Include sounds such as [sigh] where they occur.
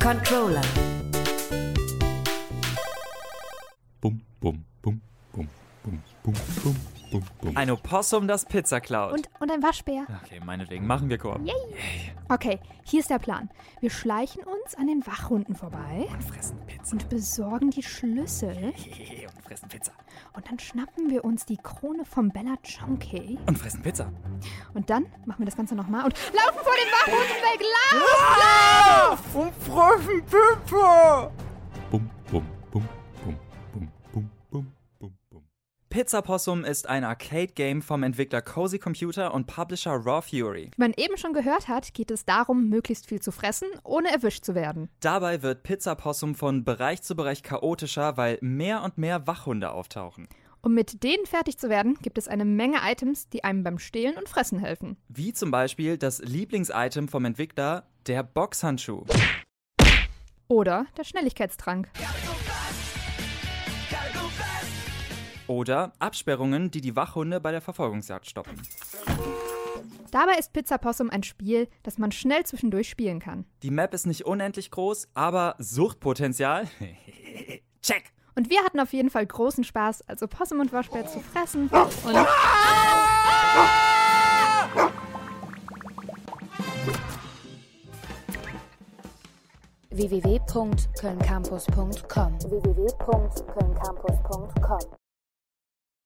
Controller. Bum, bum, bum, bum, bum, bum, bum, bum, bum. Ein Opossum, das Pizza klaut. Und, und ein Waschbär. okay, meinetwegen machen wir Koop. Okay, hier ist der Plan. Wir schleichen uns an den Wachhunden vorbei Und fressen Pizza. und besorgen die Schlüssel. Und fressen Pizza. Und dann schnappen wir uns die Krone vom Bella Chunky. Und fressen Pizza. Und dann machen wir das Ganze nochmal und laufen vor den Wachhunden weg. Lauf! Und fressen Pizza. Bum, bum, bum, bum, bum, bum, bum, bum, bum. Pizza Possum ist ein Arcade-Game vom Entwickler Cozy Computer und Publisher Raw Fury. Wie man eben schon gehört hat, geht es darum, möglichst viel zu fressen, ohne erwischt zu werden. Dabei wird Pizza Possum von Bereich zu Bereich chaotischer, weil mehr und mehr Wachhunde auftauchen. Um mit denen fertig zu werden, gibt es eine Menge Items, die einem beim Stehlen und Fressen helfen. Wie zum Beispiel das Lieblingsitem vom Entwickler, der Boxhandschuh. Oder der Schnelligkeitstrank. Oder Absperrungen, die die Wachhunde bei der Verfolgungsjagd stoppen. Dabei ist Pizza Possum ein Spiel, das man schnell zwischendurch spielen kann. Die Map ist nicht unendlich groß, aber Suchtpotenzial. [laughs] Check! Und wir hatten auf jeden Fall großen Spaß, also Possum und Waschbär zu fressen. Und www.kölncampus.com www.kölncampus.com